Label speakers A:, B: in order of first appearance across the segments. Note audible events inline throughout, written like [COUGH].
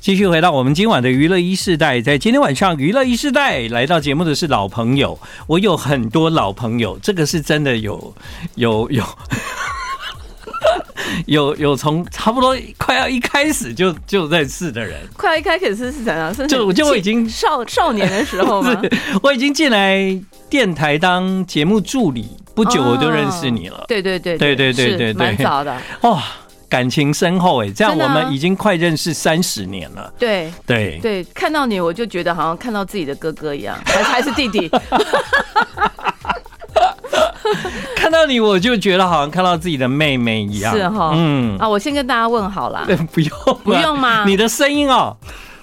A: 继续回到我们今晚的娱乐一世代，在今天晚上娱乐一世代来到节目的是老朋友，我有很多老朋友，这个是真的有 [LAUGHS] 有有有有从差不多快要一开始就就认识的人，
B: 快要一开始是是怎样？是
A: 就
B: 很
A: 就我
B: 青
A: 已经
B: 少少年的时候吗？
A: [LAUGHS] 是我已经进来电台当节目助理不久，我就认识你了，
B: 对对对
A: 对对对
B: 是
A: 对对
B: 蛮早的。
A: 哇、感情深厚哎、这样
B: 哦真的
A: 我
B: 啊
A: 们已经快认识三十年了，
B: 对
A: 对
B: 对，看到你我就觉得好像看到自己的哥哥
A: [LAUGHS]
B: 一样，还是还是弟弟。 [LAUGHS]
A: 看到你我就觉得好像看到自己的妹妹一样，
B: 是哈
A: 嗯。
B: 啊，我先跟大家问好啦。
A: 对，不用啦
B: 不用吗
A: 你的声音哦，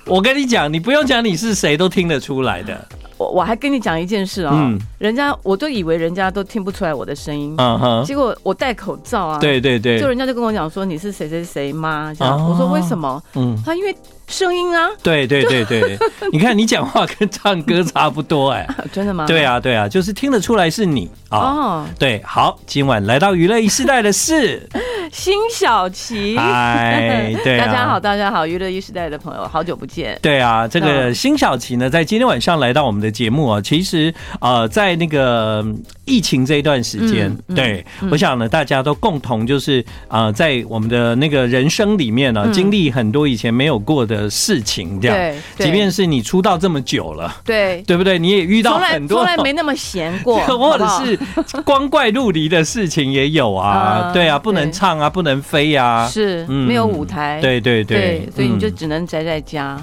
A: 我跟你讲，你不用讲你是谁都听得出来
B: [LAUGHS]
A: 的。
B: 我我还跟你讲一件事哦、
A: 嗯
B: 人家我都以为人家都听不出来我的声音，
A: 嗯哼，
B: 结果我戴口罩啊，，
A: 对对对
B: 就，人家就跟我讲说你是谁谁谁妈，这样、
A: 哦
B: 我说为什么？
A: 嗯，
B: 他、因为声音啊，
A: 对对对
B: [LAUGHS]
A: 对，你看你讲话跟唱歌差不多哎、
B: 真的吗？
A: 对，啊对啊，就是听得出来是你啊。
B: 哦，
A: 对，好，今晚来到娱乐一时代的是，
B: 辛晓琪。
A: 哎，对啊，
B: 嗯 [LAUGHS] 大家好，。大家好，娱乐一时代的朋友，好久不见。
A: 对啊，这个
B: 那
A: 辛晓琪呢，在今天晚上来到我们的节目啊。其实，呃，在那个嗯疫情这一段时间，
B: 嗯嗯
A: 对、我想呢，大家都共同就是呃，在我们的那个人生里面呢、啊
B: 嗯
A: 经历很多以前没有过的事情，这样。
B: 对，对
A: 即便是你出道这么久了，
B: 对，
A: 对不对？你也遇到
B: 从来
A: 很多
B: 从来没那么闲
A: [LAUGHS]
B: 过，
A: 或
B: 好不
A: 者
B: 好
A: 是光怪陆离的事情也有啊。
B: [LAUGHS] 啊
A: 对啊，不能
B: 对
A: 唱啊，不能飞啊。
B: 是
A: 嗯
B: 没有舞台，
A: 对对
B: 对，所以你就
A: 嗯
B: 只能宅在家。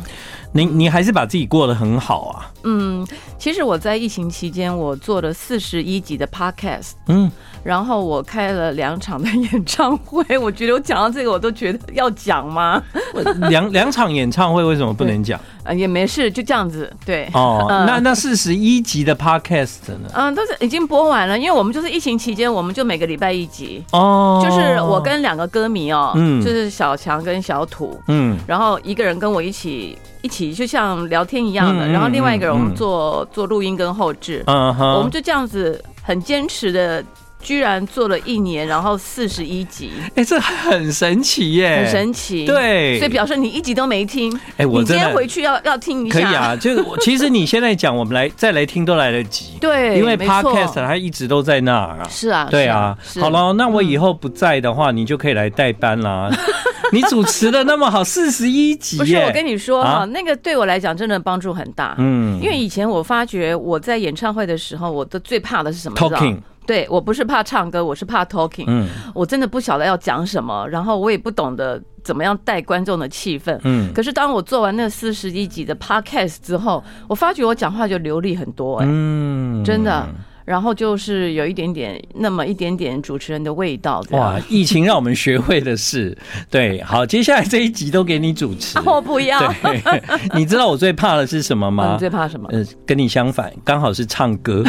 A: 你你还是把自己过得很好啊。
B: 嗯，其实我在疫情期间，我做了四十一集的 podcast，
A: 嗯，
B: 然后我开了两场的演唱会。我觉得我讲到这个，我都觉得要讲吗？ [LAUGHS]
A: 我两两场演唱会为什么不能讲？
B: 啊，也没事，就这样子。对，
A: 哦，
B: 嗯
A: 那那四十一集的 podcast 呢？
B: 嗯，都是已经播完了，因为我们就是疫情期间，我们就每个礼拜一集。
A: 哦，
B: 就是我跟两个歌迷哦，
A: 嗯
B: 就是小强跟小土，
A: 嗯
B: 然后一个人跟我一起一起，就像聊天一样的，
A: 嗯嗯
B: 然后另外一个人我
A: 嗯
B: 们做、做录音跟后置，
A: 嗯
B: 我们
A: 哼，
B: 就这样子很坚持的，居然做了一年，然后四十一集，
A: 哎、这很神奇耶，
B: 很神奇，，
A: 哎对，
B: 所以表示你一集都没听，
A: 哎我
B: 你今
A: 真
B: 天
A: 的
B: 回去要要听一
A: 可
B: 下，
A: 以啊，就是我 [LAUGHS] 其实你现在讲，我们来再来听都来得及，
B: 对，
A: 因为
B: 没错
A: podcast 它一直都在那儿啊。
B: 是啊，
A: 对
B: 是
A: 啊，
B: 是嗯
A: 好了，那我以后不在的话，你就可以来代班啦。 [LAUGHS] 你主持的那么好，四十一集耶，
B: 不是我跟你说哈、
A: 啊
B: 那个对我来讲真的帮助很大，
A: 嗯
B: 因为以前我发觉我在演唱会的时候，我的最怕的是什么你知道
A: talking，
B: 对我不是怕唱歌，我是怕 talking，、
A: 嗯
B: 我真的不晓得要讲什么，然后我也不懂得怎么样带观众的气氛。
A: 嗯，
B: 可是当我做完那四十一集的 podcast 之后，我发觉我讲话就流利很多、哎、
A: 嗯
B: 真的。然后就是有一点点，那么一点点主持人的味道，这样
A: 哇。，疫情让我们学会的
B: [LAUGHS]
A: 事，对，好，接下来这一集都给你主持
B: 啊。，我不要。
A: 对， [LAUGHS] 你知道我最怕的是什么
B: 啊
A: 吗
B: 你？最怕什么？
A: 呃，跟你相反，刚好是唱歌。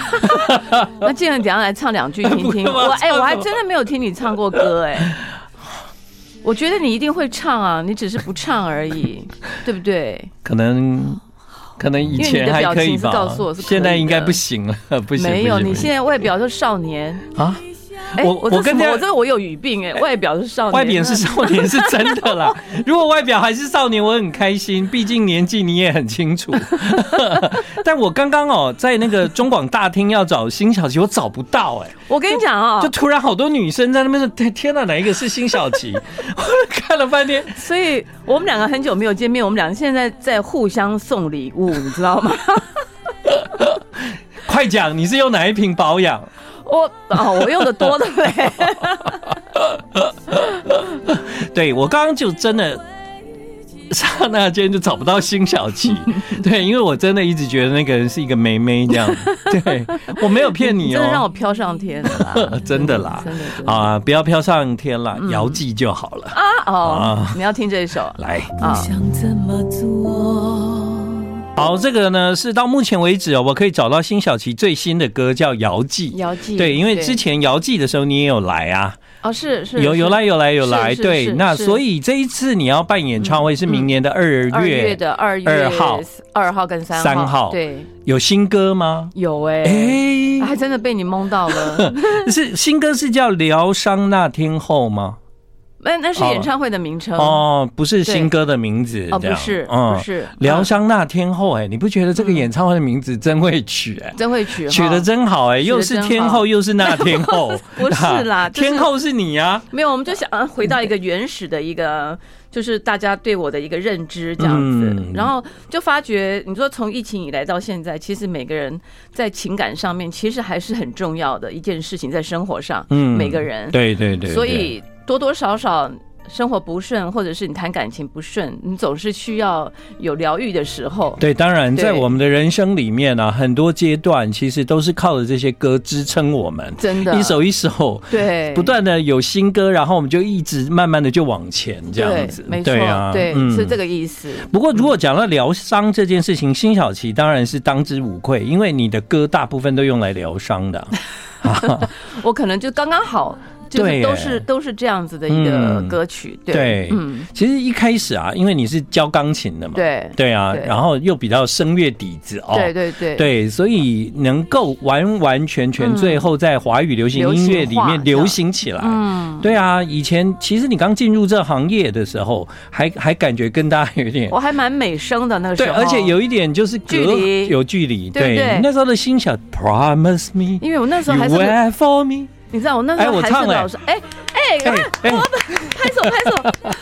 B: [LAUGHS] 那既然等一下来唱两句听
A: [LAUGHS]
B: 听，
A: 不要
B: 我哎、
A: 唱
B: 我还
A: 什么
B: 真的没有听你唱过歌哎、
A: [LAUGHS]
B: 我觉得你一定会唱啊，你只是不唱
A: [LAUGHS]
B: 而已，对不对？
A: 可能，可能以前还可以
B: 因为你的表情是告
A: 吧
B: 诉我，是可以的
A: 现在应该不行了， [LAUGHS] 不行。
B: 没有，你现
A: 在
B: 在外表是少年。
A: 啊，
B: 哎、
A: 我
B: 我
A: 我
B: 这
A: 跟
B: 什么
A: 大家
B: 我这个我有语病哎、外表是少年，嗯
A: 外表是少年是真的
B: [LAUGHS]
A: 啦。如果外表还是少年，我很开心，毕竟年纪你也很清
B: [LAUGHS]
A: 楚。 [LAUGHS] 但我刚刚哦，在那个中广大厅要找辛晓琪，我找不到哎、
B: 我跟你讲啊、
A: 就突然好多女生在那边说：“天天哪，哪一个是辛晓琪？” [LAUGHS] 我看了半天，
B: 所以我们两个很久没有见面，我们两个现在在互相送礼物，你
A: [LAUGHS]
B: 知道吗？
A: 快讲，你是用哪一瓶保养？
B: 我哦，我用的多的嘞，
A: 对我刚刚就真的。刹那间就找不到辛晓
B: [LAUGHS]
A: 琪，对，因为我真的一直觉得那个人是一个妹妹这样，对我没有 [LAUGHS] 骗你
B: 真的让
A: 哦、，
B: 我飘上天了啦
A: [LAUGHS] 真的啦
B: 真的真的嗯
A: 啊，不要飘上天了，遥寄就好了。
B: 啊哦
A: 啊，嗯
B: 你要听这一首
A: 来，
B: 啊。
C: 想怎么做？
A: 好，这个呢是到目前为止哦，我可以找到辛晓琪最新的歌叫《遥寄》，
B: 姚记
A: 对，因为之前《遥寄》的时候你也有来啊，
B: 哦是是
A: 有有
B: 是
A: 来有来有来，
B: 是是
A: 对
B: 是，
A: 那
B: 是嗯
A: 所以这一次你要办演唱会是明年的二
B: 二月
A: 月，
B: 的二月
A: 二号、
B: 二号跟三
A: 三号
B: 对，
A: 有新歌吗？
B: 有哎、
A: 哎，
B: 还
A: [LAUGHS]
B: 真的被你蒙到了。
A: 是新歌是叫《疗伤那天后》吗？
B: 那那是演唱会的名称
A: 哦，不是
B: 呃对
A: 新歌的名字，
B: 哦
A: 这
B: 不
A: 样
B: 是，
A: 嗯
B: 不是
A: 疗
B: 嗯
A: 伤那天后，哎，你不觉得这个演唱会的名字真会取哎？
B: 真会取哈
A: 取的真好哎、
B: 嗯取得
A: 又是
B: 真
A: 天
B: 好，
A: 后又是那天后
B: [LAUGHS] 不是啦就是
A: 天后是你啊，
B: 没有，我们就想呃回到一个原始的一
A: [LAUGHS]
B: 个，就是大家对我的一个认知这样子，
A: 嗯
B: 然后就发觉，你说从疫情以来到现在，其实每个人在情感上面其实还是很重要的一件事情，在生活上，
A: 嗯
B: 每个人，
A: 对对对，
B: 所以多多少少。生活不顺，或者是你谈感情不顺，你总是需要有疗愈的时候。
A: 对，当然，
B: 对
A: 在我们的人生里面呢、啊，很多阶段其实都是靠着这些歌支撑我们，
B: 真的
A: 一首一首。
B: 对，
A: 不断的有新歌，然后我们就一直慢慢的就往前这样子
B: 对，没错，
A: 对啊，
B: 对，是这
A: 个。
B: 个意思。
A: 不过，如果讲到疗伤这件事情，辛晓琪当然是当之无愧，因为你的歌大部分都用来疗伤
B: [LAUGHS]
A: 的啊。
B: 我可能就刚刚好，就
A: 对
B: 是
A: 耶
B: 都是都是这样子的一个
A: 嗯
B: 歌曲，
A: 对
B: 嗯，
A: 其实一开始啊，因为你是教钢琴的嘛，
B: 对，
A: 对啊，
B: 对
A: 然后又比较声乐底子哦，
B: 对对对
A: 对，所以能够完完全全
B: 嗯
A: 最后在华语流行音乐里面流
B: 流
A: 行起来。
B: 嗯，
A: 对啊，以前其实你刚进入这行业的时候，还还感觉跟大家有一点
B: 我还蛮美声的那个时
A: 对，
B: 候，
A: 而且，有一点就是隔
B: 啊距离
A: 有距离。
B: 对不对
A: 那时候的心想，Promise me。
B: [LAUGHS] 因为我那时候
A: You
B: 还是个，
A: wait for
B: [LAUGHS]
A: me。
B: 你知道我那时
A: 啊哎我
B: 候还
A: 唱
B: 是
A: 了
B: 老师，哎哎，
A: 哎 [LAUGHS] 哎，
B: 拍手拍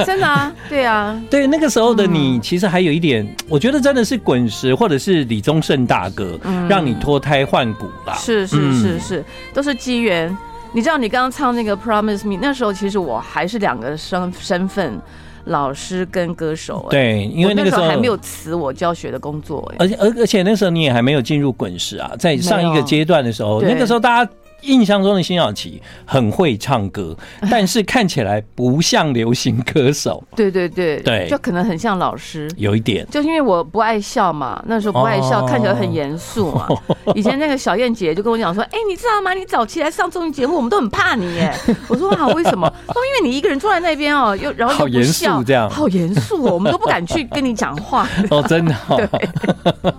B: 手， [LAUGHS] 真的啊，对啊，
A: 对，那个时候的
B: 嗯
A: 你其实还有一点，我觉得真的是滚石或者是李宗盛大哥，
B: 嗯
A: 让你脱胎换骨啦。
B: 是是
A: 嗯
B: 是是，都是机缘。你知道你刚刚唱那个《Promise Me》，那时候其实我还是两个身身份，老师跟歌手，哎，
A: 对，因为
B: 我
A: 那
B: 那
A: 个时候呃
B: 还没有辞我教学的工作，哎。
A: 而且而而且那时候你也还没有进入滚石啊，在上一
B: 没
A: 个
B: 有
A: 阶段的时候，
B: 对
A: 那个时候大家。印象中的辛晓琪很会唱歌，但是看起来不像流行歌手，
B: 对对对
A: 对
B: 就可能很像老师。
A: 有一点。
B: 就是因为我不爱笑嘛，那时候不爱笑，
A: 哦
B: 看起来很严肃
A: [LAUGHS]
B: 嘛。以前那个小燕姐就跟我讲说：“哎、你知道吗？你早期来上综艺节目，我们都很怕你
A: [LAUGHS]
B: 耶。”我说：“啊，为什么？”她说：“因为你一个人坐在那边哦，又然后
A: 好
B: 又
A: 严
B: 不
A: 肃
B: 笑，
A: 这样
B: 好严肃哦，我们都不敢去跟你
A: [LAUGHS]
B: 讲话。
A: 哦，真的、
B: [LAUGHS]
A: 哦，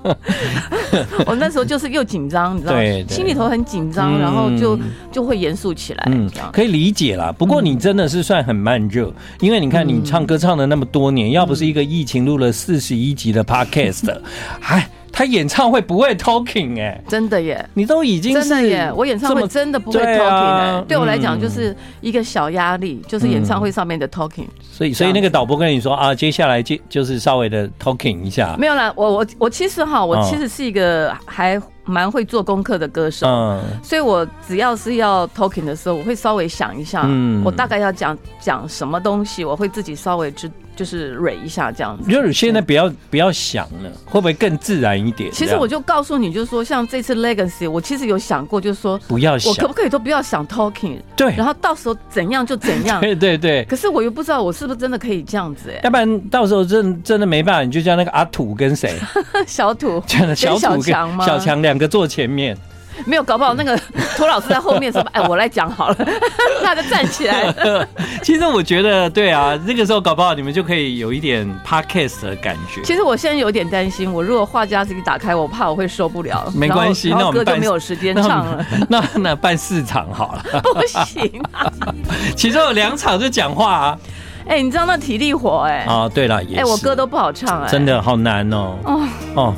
B: 我那时候就是又紧张，你知道吗
A: 对，对
B: 心里头很紧张，
A: 嗯
B: 然后就就会严肃起来。
A: 嗯
B: 这样，
A: 可以理解啦。不过你真的是算很慢热，因为你看你唱
B: 嗯
A: 歌唱了那么多年，要不是一个疫情录了四十一集的 podcast，哎，他演唱会不会 talking 哎、
B: 真的耶。”
A: 你都已经
B: 真
A: 是
B: 的耶！我演唱
A: 这
B: 会
A: 么
B: 真的不会 talking，
A: 对
B: 耶、
A: 啊
B: 对我来讲
A: 嗯
B: 就是一个小压力，就是演唱会上面的 talking。
A: 所以所以那个导播跟你说啊，接下来就就是稍微的 talking 一下，
B: 没有啦，我我我其实哈，我
A: 嗯
B: 其实是一个还蛮会做功课的歌手，
A: 嗯。
B: 所以我只要是要 talking 的时候，我会稍微想一下，
A: 嗯
B: 我大概要讲讲什么东西，我会自己稍微知就是蕊一下这样子。
A: 就是现在不要不要想了，会不会更自然一点？
B: 其
A: 这
B: 实
A: 样
B: 我就告诉你，就是说像这次 Legacy，我其实有想过，就是说
A: 不要
B: 我可
A: 想
B: 不，可以都不要想 talking，
A: 对，
B: 然后到时候怎样就怎样。
A: 对对对，
B: 可是我又不知道我是不是真的可以这样
A: [LAUGHS]
B: 子哎、
A: 要不然到时候真真的没办法，你就叫那个阿土跟
B: [LAUGHS]
A: 谁，[LAUGHS]
B: 小土
A: 叫小土
B: 小强吗
A: 小强两个坐前面， [LAUGHS]
B: 没有搞不好那个涂老师在后面说，哎，我来讲好了， [LAUGHS] 他就站起来
A: [LAUGHS]
B: 了。
A: 其实我觉得，对啊，那个时候搞不好你们就可以有一点 podcast 的感觉。
B: 其实我现在有点担心，我如果话匣子一打开，我怕我会受不了。
A: 没关系
B: 然后
A: 那我们
B: 然后歌
A: 办
B: 就没有时间
A: 那
B: 唱了，
A: [LAUGHS] 那那办四场好了，
B: [LAUGHS] 不
A: [LAUGHS]
B: 行啊！
A: 其中有两场就讲话啊。
B: 哎，你知道那体力活 [LAUGHS] 哎、
A: 啊，对了，也
B: 哎，我
A: 是
B: 歌都不好唱哎、
A: 真的好难哦。
B: 哦
A: 哦，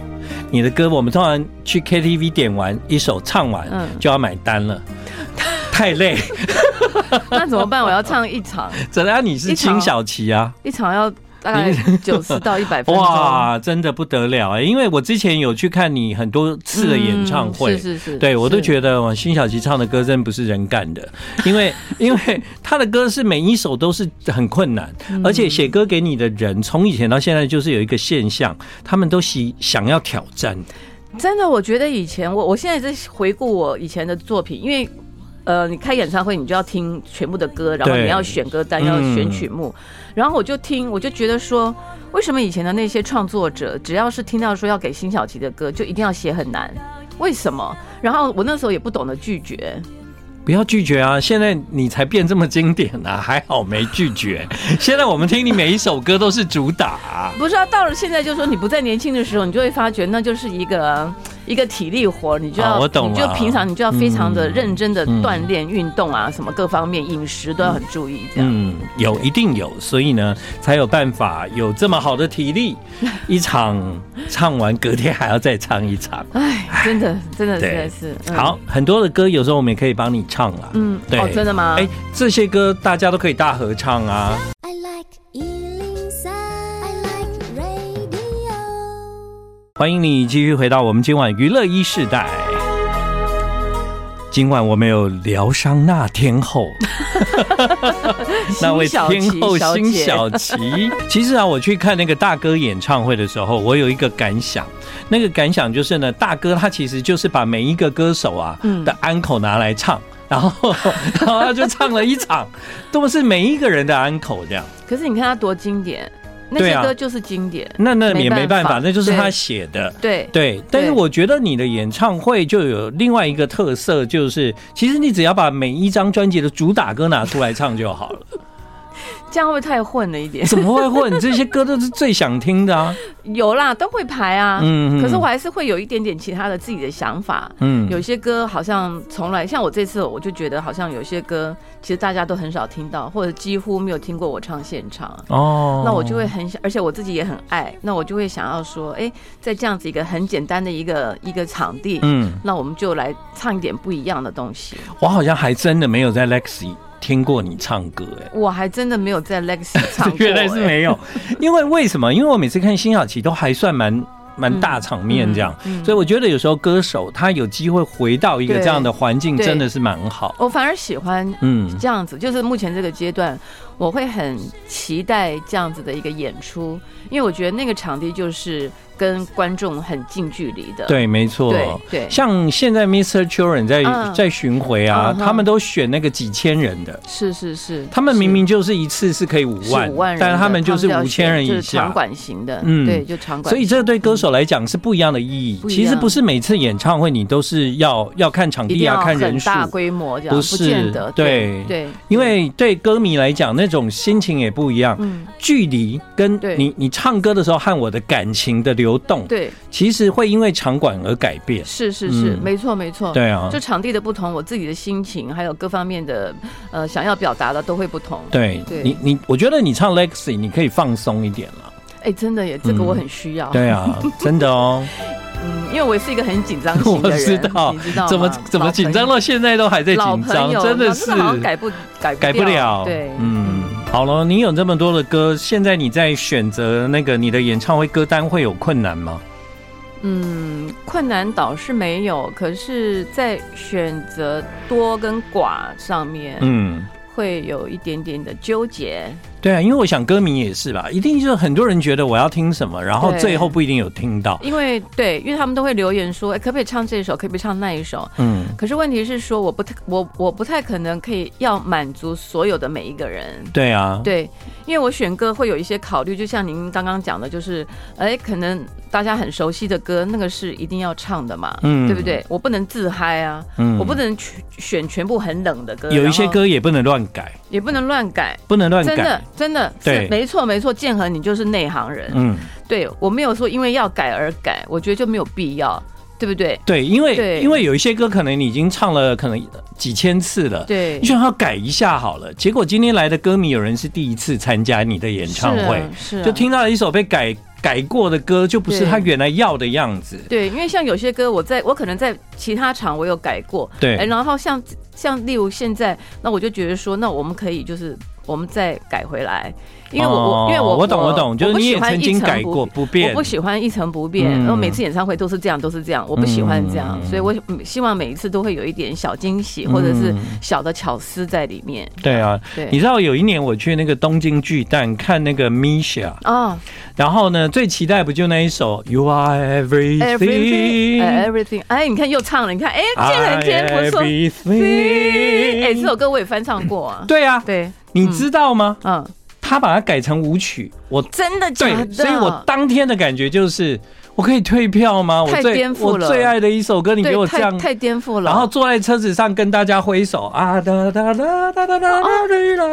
A: 你的歌我们通常去 KTV 点完一首唱完
B: 嗯
A: 就要买单了， [LAUGHS] 太累。
B: 那怎么办？我要唱一场，
A: 怎啊，你是
B: 一场
A: 辛晓琪啊？
B: 一场要大概九十到一百分
A: [LAUGHS]
B: 钟。
A: 哇，真的不得了哎、因为我之前有去看你很多次的演唱会。
B: 嗯是是是，
A: 对，我都
B: 是
A: 觉得哇，辛晓琪唱的歌真不是人干的，因为 [LAUGHS] 因为她的歌是每一首都是很困难，
B: 嗯
A: 而且写歌给你的人，从以前到现在就是有一个现象，他们都喜想要挑战，
B: 真的，我觉得以前我我现在在回顾我以前的作品，因为呃，你开演唱会你就要听全部的歌，然后
A: 对
B: 你要选歌单，
A: 嗯
B: 要选曲目，然后我就听，我就觉得说，为什么以前的那些创作者，只要是听到说要给辛晓琪的歌，就一定要写很难？为什么？然后我那时候也不懂得拒绝，
A: 不要拒绝啊！现在你才变这么经典啊，还好没拒
B: [LAUGHS]
A: 绝。现在我们听你每一首歌都是主打啊、
B: 不是啊，到了现在就说你不在年轻的时候，你就会发觉那就是一个。一个体力活儿，你就要、
A: 哦我懂
B: 你就
A: 了
B: 平常你就要非常的认真的
A: 嗯
B: 锻炼、运动啊，什么各方面饮食都要很注意，这样。
A: 嗯，有一定有，所以呢，才有办法有这么好的体
B: [LAUGHS]
A: 力，一场唱完，隔天还要再唱一场。
B: 哎、真的，真的实在
A: 对
B: 是、
A: 好，很多的歌有时候我们也可以帮你唱啦。
B: 嗯，
A: 对
B: 哦，真的吗？
A: 哎、这些歌大家都可以大合唱啊。
D: I like Ealing Sound. I like radio.
A: 欢迎你继续回到我们今晚娱乐一世代。今晚我们有疗伤那天后，那位
B: 辛晓
A: 天
B: 琪
A: 后
B: 小
A: 辛
B: 姐
A: 晓琪。其实啊，我去看那个大哥演唱会的时候，我有一个感想，那个感想就是呢，大哥他其实就是把每一个歌手啊
B: 嗯
A: 的安口拿来唱。然后， [LAUGHS] 然后他就唱了一场，都是每一个人的安口这样。
B: 可是你看它多经典，那
A: 对
B: 些
A: 啊
B: 歌就是经典。
A: 那那
B: 没
A: 也没
B: 办
A: 办
B: 法
A: 法，那就是他
B: 对
A: 写的。
B: 对，
A: 对，但是
B: 对
A: 我觉得你的演唱会就有另外一个特色，就是其实你只要把每一张专辑的主打歌拿出来唱就好
B: [LAUGHS]
A: 了。
B: 这样会不会太混了一点？ [LAUGHS]
A: 怎么会混？这些歌都是最想听的啊！
B: 有啦，都会排啊。
A: 嗯嗯
B: 可是我还是会有一点点其他的自己的想法。
A: 嗯
B: 有些歌好像从来，像我这次我就觉得好像有些歌其实大家都很少听到，或者几乎没有听过我唱现场。
A: 哦
B: 那我就会很想，而且我自己也很爱，那我就会想要说，哎、在这样子一个很简单的一个一个场地，
A: 嗯，
B: 那我们就来唱一点不一样的东西。
A: 我好像还真的没有在 Lexi 听过你唱歌
B: [LAUGHS]
A: 哎、
B: 我还真的没有在 Lexi 唱
A: [LAUGHS]
B: 过、
A: 原来是
B: 诶
A: 没有，因为为什么？因为我每次看辛晓琪都还算蛮蛮大场面这样，
B: 嗯嗯
A: 所以我觉得有时候歌手他有机会回到一个
B: 对
A: 这样的环境，
B: 对
A: 真的是蛮好。
B: 我反而喜欢
A: 嗯，
B: 这样子，就是目前这个阶段，我会很期待这样子的一个演出，因为我觉得那个场地就是跟观众很近距离的。
A: 对，没错。
B: 对对
A: 像现在 Mr. Children 在、
B: 嗯
A: 在巡回啊
B: 嗯，哼
A: 他们都选那个几千人的，
B: 是是是，
A: 他们明明就是一次是可以五
B: 是
A: 万，
B: 五万人的，
A: 但是他们就是
B: 要
A: 五千人
B: 选
A: 以
B: 就是场
A: 下。
B: 馆型的，
A: 嗯
B: 对，就场馆。
A: 所以这对歌手来讲是不一样的意义。
B: 不一样
A: 其实不是每次演唱会你都是要要看场
B: 一
A: 地
B: 定
A: 啊，
B: 要
A: 看人
B: 很
A: 数，
B: 大规模这样，
A: 不
B: 不
A: 是
B: 见得。
A: 对
B: 对，
A: 因为对歌迷来讲那种心情也不一样。
B: 嗯，
A: 距离跟
B: 对
A: 你你唱歌的时候和我的感情的流动，
B: 对，
A: 其实会因为场馆而改变。
B: 是是是，
A: 嗯
B: 没错没错。
A: 对啊
B: 就，场地的不同，我自己的心情还有各方面的呃想要表达的都会不同。
A: 对
B: 对
A: 你你，我觉得你唱 Lexi 你可以放松一点了。
B: [LAUGHS] 哎，真的耶，这个
A: 嗯
B: 我很需要。
A: 对啊，真的哦，
B: 嗯，因为我是一个很紧张
A: [LAUGHS]
B: 型
A: 我
B: 的人，
A: 知道
B: 你知道，吗
A: 怎么怎么紧张？到现在都还在
B: 老
A: 紧
B: 朋友
A: 张，
B: 老朋友
A: 真的
B: 老
A: 是
B: 好像改不改
A: 改不
B: 掉
A: 了。
B: 对，
A: 嗯，好了，你有这么多的歌，现在你在选择那个你的演唱会歌单会有困难吗？
B: 嗯，困难倒是没有，可是，在选择多跟寡上面
A: 嗯，
B: 会有一点点的纠结。
A: 对啊，因为我想歌迷也是吧，一定就是很多人觉得我要听什么，然后
B: 对
A: 最后不一定有听到。
B: 因为对，因为他们都会留言说，哎，可不可以唱这首？可不可以唱那一首？
A: 嗯，
B: 可是问题是说，我不太，我我不太可能可以要满足所有的每一个人。
A: 对啊，
B: 对，因为我选歌会有一些考虑，就像您刚刚讲的，就是，哎，可能大家很熟悉的歌，那个是一定要唱的嘛，
A: 嗯
B: 对不对？我不能自嗨啊，
A: 嗯
B: 我不能去选全部很冷的歌，
A: 有一
B: 然
A: 些
B: 后
A: 歌也不能乱改，
B: 也不能乱改，
A: 不能乱
B: 真
A: 改
B: 的。真的，
A: 对
B: 是没错没错，建恒你就是内行人，
A: 嗯，
B: 对我没有说因为要改而改，我觉得就没有必要，对不对？
A: 对，因为
B: 对
A: 因为有一些歌可能你已经唱了可能几千次了，
B: 对啊
A: 你，想要改一下好了。结果今天来的歌迷有人是第一次参加你的演唱会，
B: 是啊、是啊
A: 就。听到了一首被改改过的歌，就不是
B: 对
A: 他原来要的样子。
B: 对，因为像有些歌，我在我可能在其他场我有改过，
A: 对
B: 哎，然后像像例如现在，那我就觉得说，那我们可以就是我们再改回来，因为我、我因为我
A: 哦我懂我懂，就是
B: 不
A: 你
B: 喜
A: 也
B: 欢
A: 曾
B: 一
A: 经
B: 成
A: 改
B: 不
A: 过，不变
B: 我不。喜欢一成不变，
A: 嗯
B: 然后每次演唱会都是这样，都是这样，我不喜欢这样，
A: 嗯
B: 所以我嗯希望每一次都会有一点小惊喜、或者是
A: 嗯
B: 小的巧思在里面。
A: 对啊，
B: 对，
A: 你知道有一年我去那个东京巨蛋看那个 Misha，
B: 哦
A: 然后呢，最期待不就那一首 You Are
B: ，everything，哎
A: Everything。
B: everything，哎，你看又唱了，你看，哎，这人天不错
A: I。am everything
B: 哎，这首歌我也翻唱过啊。
A: 对啊，
B: 对，
A: 你知道吗？
B: 嗯，
A: 他把它改成舞曲，我
B: 真的假
A: 对
B: 的？，
A: 所以我当天的感觉就是，我可以退票吗？我
B: 太
A: 最
B: 颠覆
A: 我
B: 了
A: 最爱的一首歌，你
B: 对，
A: 给我这
B: 太
A: 样。
B: 太颠覆了。
A: 然后坐在车子上跟大家挥手啊哒哒哒哒哒哒哒哒，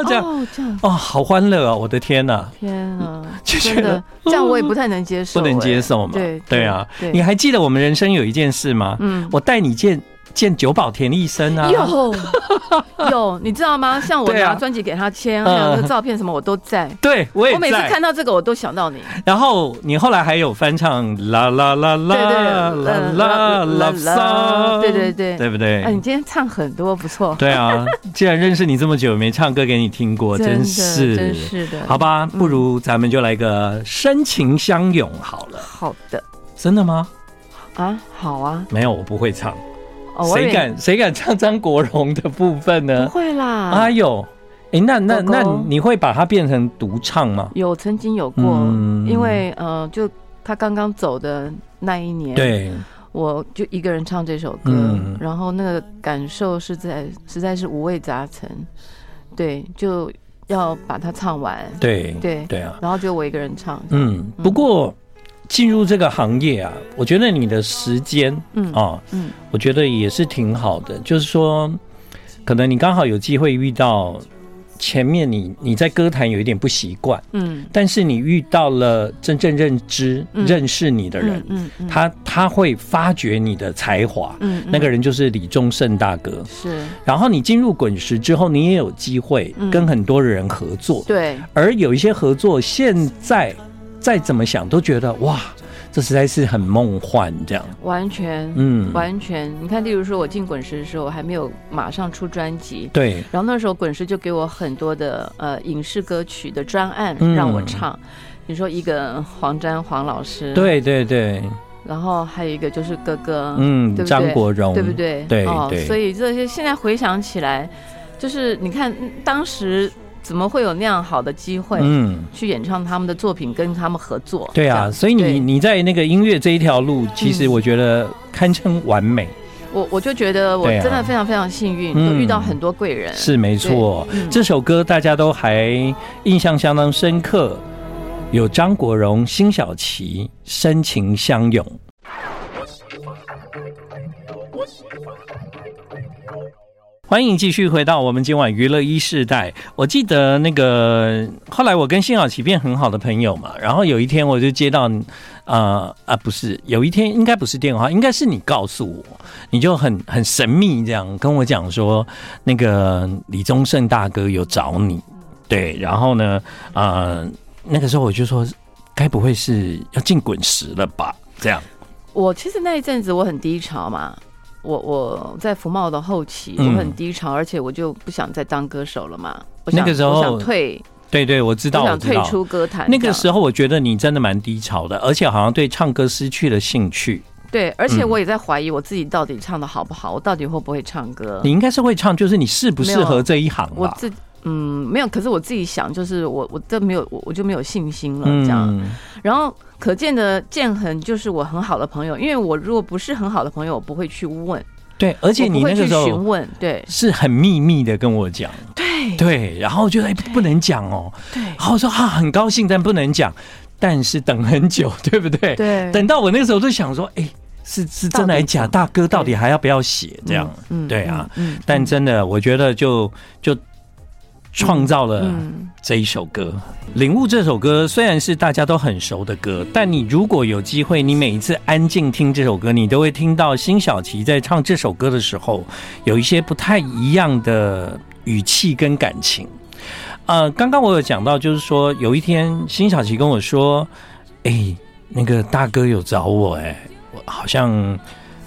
A: 这样
B: 哦，这样，
A: 哦，好欢乐啊！我的天呐，
B: 天啊，
A: [LAUGHS] 就觉
B: 真
A: 得
B: 的这样我也不太能接受，
A: 不能接受嘛
B: 哎对
A: 对啊
B: 对，
A: 你还记得我们人生有一件事吗？ [LAUGHS]
B: 嗯，
A: 我带你见见久保田医生啊，
B: [LAUGHS] 有有，你知道吗？像我
A: 对啊
B: 拿专辑给他签，
A: 嗯
B: 还有那个照片什么，我都在。
A: 对我也
B: 我每次
A: 在
B: 看到这个，我都想到你。
A: 然后你后来还有翻唱啦啦啦啦
B: 对对
A: 啦
B: 呃
A: 啦啦
B: love
A: song，
B: song，对对对
A: 对不
B: 哎，你
A: 对？
B: 今天唱很多，不错。
A: 对啊，既然认识你这么久，没唱歌给你听过，
B: 真的
A: 真是
B: 真是嗯的
A: 好吧，不如咱们就来个深情相拥好了。
B: 好的
A: 真的吗？
B: 啊，好啊。
A: 没有，我不会唱。
B: 哦我以
A: 谁
B: 为
A: 敢谁敢唱张国荣的部分
B: 不
A: 呢？
B: 会啦。
A: 哎呦，哎，那那
B: 狗狗
A: 那你会把它变成独唱吗？
B: 有曾经有过，
A: 嗯
B: 因为呃，就他刚刚走的那一年，，
A: 对，
B: 我就一个人唱这首歌，
A: 嗯
B: 然后那个感受是在实在是五味杂陈，对，就要把它唱完，
A: 对，
B: 对
A: 对啊，
B: 然后就我一个人唱，
A: 嗯。不过进入这个行业啊，我觉得你的时间
B: 嗯
A: 啊，
B: 嗯
A: 我觉得也是挺好的。就是说，可能你刚好有机会遇到前面你你在歌坛有一点不习惯，
B: 嗯
A: 但是你遇到了真正认知、
B: 嗯
A: 认识你的人，
B: 嗯嗯
A: 他他会发掘你的才华。
B: 嗯
A: 那个人就是李宗盛大哥。
B: 是
A: 然后你进入滚石之后，你也有机会
B: 嗯
A: 跟很多人合作，
B: 对，
A: 而有一些合作，现在再怎么想都觉得哇，这实在是很梦幻这样。
B: 完全
A: 嗯，
B: 完全，你看，例如说我进滚石的时候，我还没有马上出专辑，
A: 对，
B: 然后那时候滚石就给我很多的呃影视歌曲的专案
A: 嗯
B: 让我唱，比如说一个黄沾黄老师，，
A: 对对对，
B: 然后还有一个就是哥哥，
A: 嗯
B: 对不，对
A: 张国荣，
B: 对不？对？哦
A: 对对
B: 所以这些现在回想起来，就是你看嗯当时怎么会有那样好的机会
A: 嗯，
B: 去演唱他们的作品，跟他们合作？
A: 对
B: 这
A: 啊，
B: 样
A: 所以你
B: 对嗯
A: 你在那个音乐这一条路，其实我觉得堪称完美，
B: 我我就觉得我
A: 对啊
B: 真的非常非常幸运，
A: 嗯
B: 都遇到很多贵人，
A: 是没错
B: 对。嗯
A: 这首歌大家都还印象相当深刻，有张国荣、辛晓琪深情相拥。欢迎继续回到我们今晚娱乐一世代。我记得那个后来我跟辛晓琪变很好的朋友嘛，然后有一天我就接到，呃啊不是，有一天应该不是电话，应该是你告诉我，你就很很神秘这样跟我讲说，那个李宗盛大哥有找你，对，然后呢，呃，那个时候我就说，该不会是要进滚石了吧？这样，
B: 我其实那一阵子我很低潮嘛，我我在福茂的后期我
A: 嗯
B: 很低潮，而且我就不想再当歌手了嘛。我
A: 那
B: 想
A: 个时候
B: 我想退，
A: 对对，我知道，
B: 我
A: 我
B: 想
A: 知
B: 退
A: 道。
B: 出歌坛。
A: 那个
B: 候
A: 时候我觉得你真的蛮低潮的，而且好像对唱歌失去了兴趣。
B: 对，而且
A: 嗯
B: 我也在怀疑我自己到底唱的好不好，我到底会不会唱歌
A: 你。应该是会唱，就是你适不适合这一行
B: 我
A: 吧？
B: 自嗯没有，可是我自己想，就是我我这没有我我就没有信心了这样。
A: 嗯，
B: 然后可见的建恒就是我很好的朋友，因为我如果不是很好的朋友，我不会去问，
A: 对，而
B: 而
A: 且你那个时
B: 询
A: 候
B: 问，对
A: 是很秘密的跟我讲，
B: 对
A: 对，然后我觉得哎、不能讲哦，
B: 对
A: 然后我说啊很高兴，但不能讲，但是等很久，对不对？
B: 对嗯
A: 等到我那个时候就想说，哎、是是真的还是假？大哥到底还要不要写这样？
B: 嗯
A: 对啊，
B: 嗯，嗯
A: 但真的，我觉得就就创造了
B: 嗯
A: 这一首歌。领悟这首歌虽然是大家都很熟的歌，但你如果有机会，你每一次安静听这首歌，你都会听到辛晓琪在唱这首歌的时候，有一些不太一样的语气跟感情。呃，刚刚我有讲到，就是说有一天辛晓琪跟我说：“哎、那个大哥有找我、哎，我好像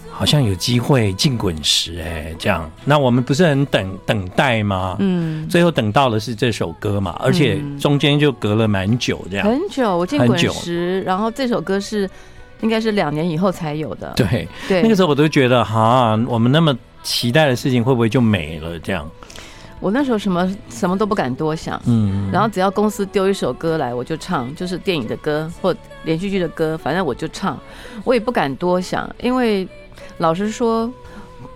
A: 好像有机会进滚石、哎，这样。”那我们不是很等等待吗？
B: 嗯，
A: 最后等到的是这首歌嘛，而且中间就隔了蛮久这样。
B: 很久，我进
A: 很
B: 滚
A: 久
B: 石，然后这首歌是应该是两年以后才有的，
A: 对，
B: 对，
A: 那个时候我都觉得哈、我们那么期待的事情会不会就没了这样？
B: 我那时候什么什么都不敢多想。
A: 嗯，
B: 然后只要公司丢一首歌来，我就唱，就是电影的歌或连续剧的歌，反正我就唱，我也不敢多想，因为老实说，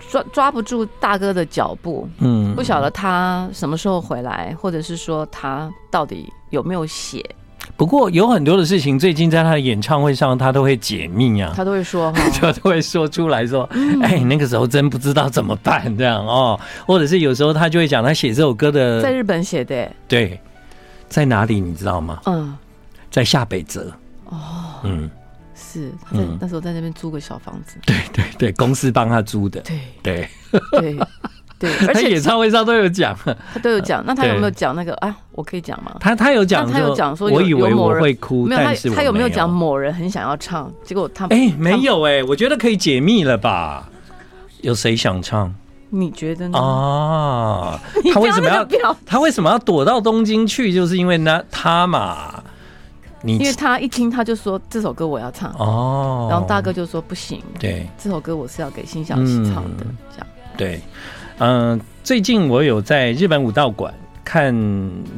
B: 抓抓不住大哥的脚步，
A: 嗯
B: 不晓得他什么时候回来，或者是说他到底有没有写
A: 不过有很多的事情，最近在他的演唱会上，他都会解密 [LAUGHS] 啊，
B: 他都会说哈，
A: 他都会说出来说，
B: 嗯
A: 哎、那个时候真不知道怎么办这样哦，或者是有时候他就会讲他写这首歌
B: 在
A: 的
B: 日本写的欸，
A: 对在哪里，你知道吗？
B: 嗯，
A: 在下北泽哦，嗯，
B: 是他在
A: 嗯
B: 那时候在那边租个小房子，
A: 对对对，公司帮他租的，
B: 对
A: 对，
B: 对对，
A: [LAUGHS] 他
B: 而且
A: 演唱会上都有讲，
B: 他都有讲，那他有没有
A: 对
B: 讲那个啊？我可以讲吗？
A: 他他有讲
B: 那他有讲说有
A: 我以为
B: 有某
A: 我
B: 人
A: 会哭，
B: 没有，
A: 但
B: 他
A: 是我
B: 他有没
A: 没
B: 有讲某人很想要唱，结果他
A: 哎、没，有哎、我觉得可以解密了吧？有谁想唱
B: 你觉得呢？
A: 啊？
B: 嗯 [LAUGHS] 你
A: 他
B: 不
A: 为
B: 要
A: 什么
B: 那
A: 要
B: 个表？
A: 他为什么要躲到东京去？就是因为那他嘛，你
B: 因为他一听他就说这首歌我要唱，
A: 哦，
B: 然后大哥就说不行，
A: 对
B: 这首歌我是要给辛晓琪唱的，这样。
A: 对，嗯、最近我有在日本武道馆看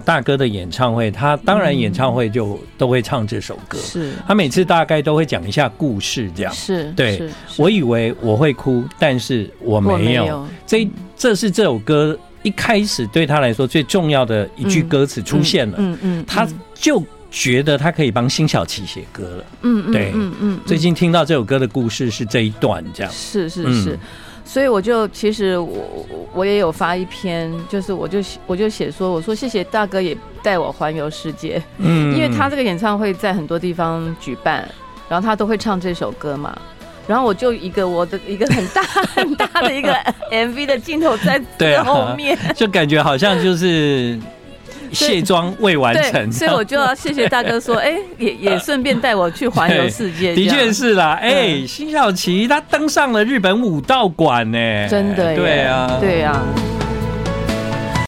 A: 大哥的演唱会，他当然演唱会就都会唱这首歌，
B: 是
A: 他每次大概都会讲一下故事这样。
B: 是，
A: 对
B: 是
A: 我以为我会哭，但是我
B: 我
A: 没有。这这是这首歌一开始对他来说最重要的一句歌词出现了，
B: 嗯嗯，嗯
A: 他
B: 嗯
A: 就觉得他可以帮辛晓琪写歌了。
B: 嗯嗯
A: 对
B: 嗯嗯，
A: 最近听到这首歌的故事是这一段，这样
B: 是是
A: 嗯
B: 是，所以我就其实我我我也有发一篇，就是我就写我就写说，我说谢谢大哥也带我环游世界，
A: 嗯
B: 因为他这个演唱会在很多地方举办，然后他都会唱这首歌嘛。然后我就一个我的一个很大 [LAUGHS] 很大的一个 MV 的镜头在
A: 对啊
B: 后面，
A: 就感觉好像就是卸妆未完成
B: 对，，所以我就要谢谢大
A: [LAUGHS]
B: 哥说，哎，也也顺便带我去环游世界，
A: 的
B: 这样
A: 确是啦，哎、
B: 嗯
A: 辛晓琪她登上了日本武道馆呢、
B: 真的耶
A: 对啊，
B: 对啊。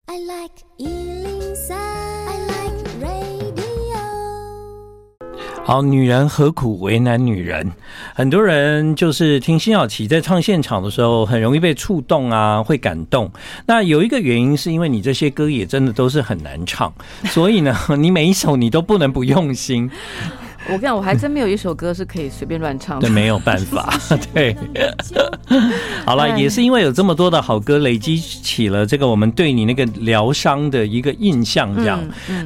D: I like Ealing Sound. I like radio.
A: 好，女人何苦为难女人？很多人就是听辛晓琪在唱现场的时候，很容易被触动啊，会感动。那有一个原因是因为你这些歌也真的都是很难唱，所以呢， [LAUGHS] 你每一首你都不能不用心，
B: 我跟你讲，我还真没有一首歌是可以随便乱唱的
A: 这。没有办法。对，好了，
B: 哎
A: 也是因为有这么多的好歌累积起了这个我们对你那个疗伤的一个印象，
B: 嗯
A: 这样。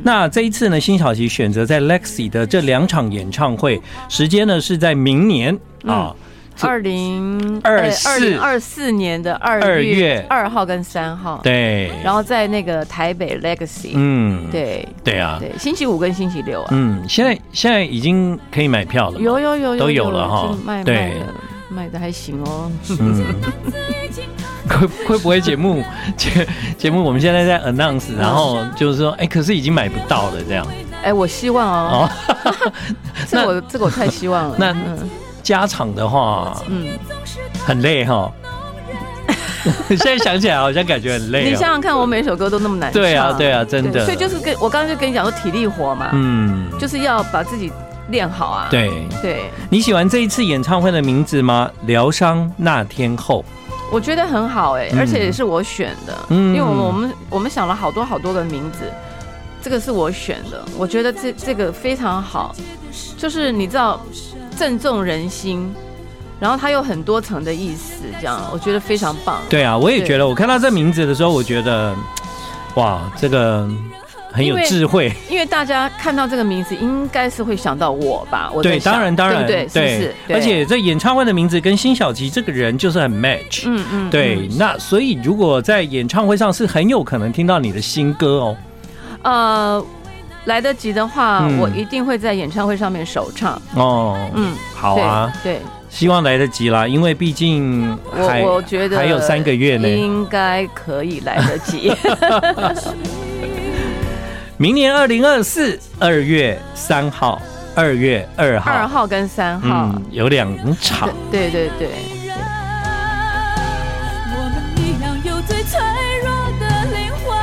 A: 那这一次呢，辛晓琪选择在 Lexi 的这两场演唱会时间呢是在明年
B: 嗯
A: 啊。
B: 二零哎
A: 24
B: 二零二四年的二
A: 二
B: 月
A: 月
B: 二号跟三号，，
A: 对，
B: 然后在那个台北 Legacy，、
A: 嗯，
B: 对
A: 对啊，
B: 对，星期五跟星期六啊，
A: 嗯，现在现在已经可以买票了嘛，
B: 有有有
A: 嗯都有了哈
B: 这卖
A: 对
B: 卖的卖的还行哦，
A: 嗯， [LAUGHS] 会会不会节目节节目我们现在在
B: 嗯
A: announce，然后就是说，哎，可是已经买不到了这样
B: 哎，我希望哦，
A: 哦。 [LAUGHS]
B: 这个我这个我太希望了，
A: 那
B: 嗯
A: 家常的话
B: 嗯，
A: 很累
B: [LAUGHS]
A: 哈，现在想起来好像感觉很累
B: 你想
A: 啊。
B: 想看，我每首歌都那么难唱，
A: 对啊，对啊，真的。
B: 所以就是跟我刚刚就跟你讲说体力活嘛，
A: 嗯，
B: 就是要把自己练好啊，
A: 对，
B: 对。
A: 你喜欢这一次演唱会的名字吗？疗伤那天后。
B: 我觉得很好哎、
A: 嗯
B: 而且也是我选的，
A: 嗯
B: 因为我们我们我们想了好多好多个名字，这个是我选的，我觉得这这个非常好，就是你知道正中人心，然后它有很多层的意思，这样我觉得非常棒。
A: 对啊，我也
B: 对
A: 觉得，我看到这名字的时候，我觉得，哇，这个很有
B: 因为
A: 智慧。
B: 因为大家看到这个名字，应该是会想到我吧？我在
A: 对，
B: 想
A: 当然，当然，
B: 对不对？是不是？对
A: 而且这演唱会的名字跟辛晓琪这个人就是很 match。
B: 嗯嗯，
A: 对，那所以如果在演唱会上是很有可能听到你的新歌哦。
B: 呃，来得及的话，
A: 嗯
B: 我一定会在演唱会上面首唱。
A: 哦，
B: 嗯，
A: 好啊，
B: 对。对
A: 希望来得及啦，因为毕竟还
B: 我我觉得
A: 还有三个月呢。
B: 应该可以来
A: [LAUGHS]
B: 得及。 [LAUGHS]
A: 明年二零二四二月三号、二月二号，
B: 二号跟三号，
A: 嗯，有两场。
B: 对对对对。
C: 我们一样有最脆弱的灵魂。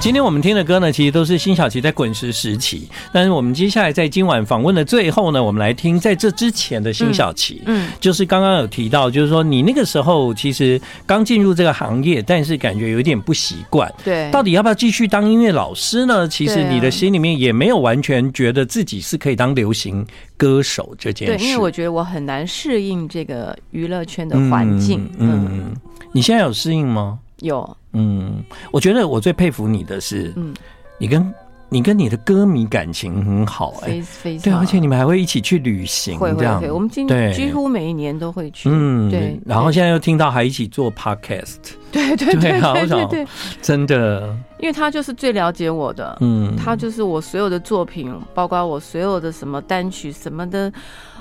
A: 今天我们听的歌呢，其实都是辛晓琪在滚石时期。但是我们接下来在今晚访问的最后呢，我们来听在这之前的辛晓琪。
B: 嗯，
A: 就是刚刚有提到，就是说你那个时候其实刚进入这个行业，但是感觉有点不习惯。
B: 对，
A: 到底要不要继续当音乐老师呢？其实
B: 对啊
A: 你的心里面也没有完全觉得自己是可以当流行歌手这件
B: 对，
A: 事。
B: 因为我觉得我很难适应这个娱乐圈的环境。
A: 嗯，
B: 嗯，
A: 嗯你现在有适应吗？
B: 有
A: 嗯，我觉得我最佩服你的是，
B: 嗯
A: 你跟你跟你的歌迷感情很好哎、
B: 非非常
A: 对，而且你们还会一起去旅行，
B: 会
A: 这
B: 会
A: 样
B: 会，我们今
A: 对
B: 几乎每一年都会去，
A: 嗯
B: 对，
A: 然后现在又听到还一起做 podcast，
B: 对对
A: 对
B: 对
A: 啊
B: 对
A: 我想
B: 对对，
A: 真的，
B: 因为他就是最了解我的，
A: 嗯，
B: 他就是我所有的作品，包括我所有的什么单曲什么的，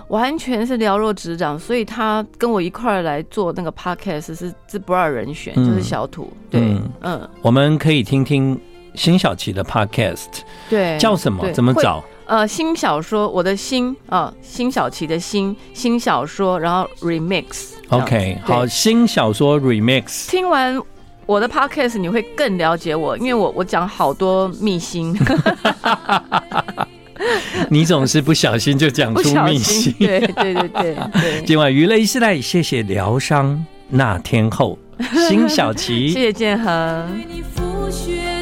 B: 完全是了若指掌。所以他跟我一块儿来做那个 podcast 是是不二人选，
A: 嗯
B: 就是小土。对
A: 嗯，
B: 嗯，
A: 我们可以听听辛晓琪的 podcast，
B: 对，
A: 叫什么？
B: 哎对
A: 怎么？
B: 会
A: 找？
B: 呃，新小说，我的新啊，新小琪的新新小说，然后 remix 这样子。
A: OK，
B: 对
A: 好，新小说 remix，
B: 听完我的 podcast，你会更了解我，因为我我讲好多秘辛，
A: 你总是不小心就讲
B: 不
A: 出
B: 小
A: 秘辛，。
B: 心对对对对
A: [LAUGHS]
B: 对。
A: 今晚娱乐一时代，谢谢疗伤那天后，辛晓
B: 谢
A: 琪。
B: 谢建恒。
C: 对你覆雪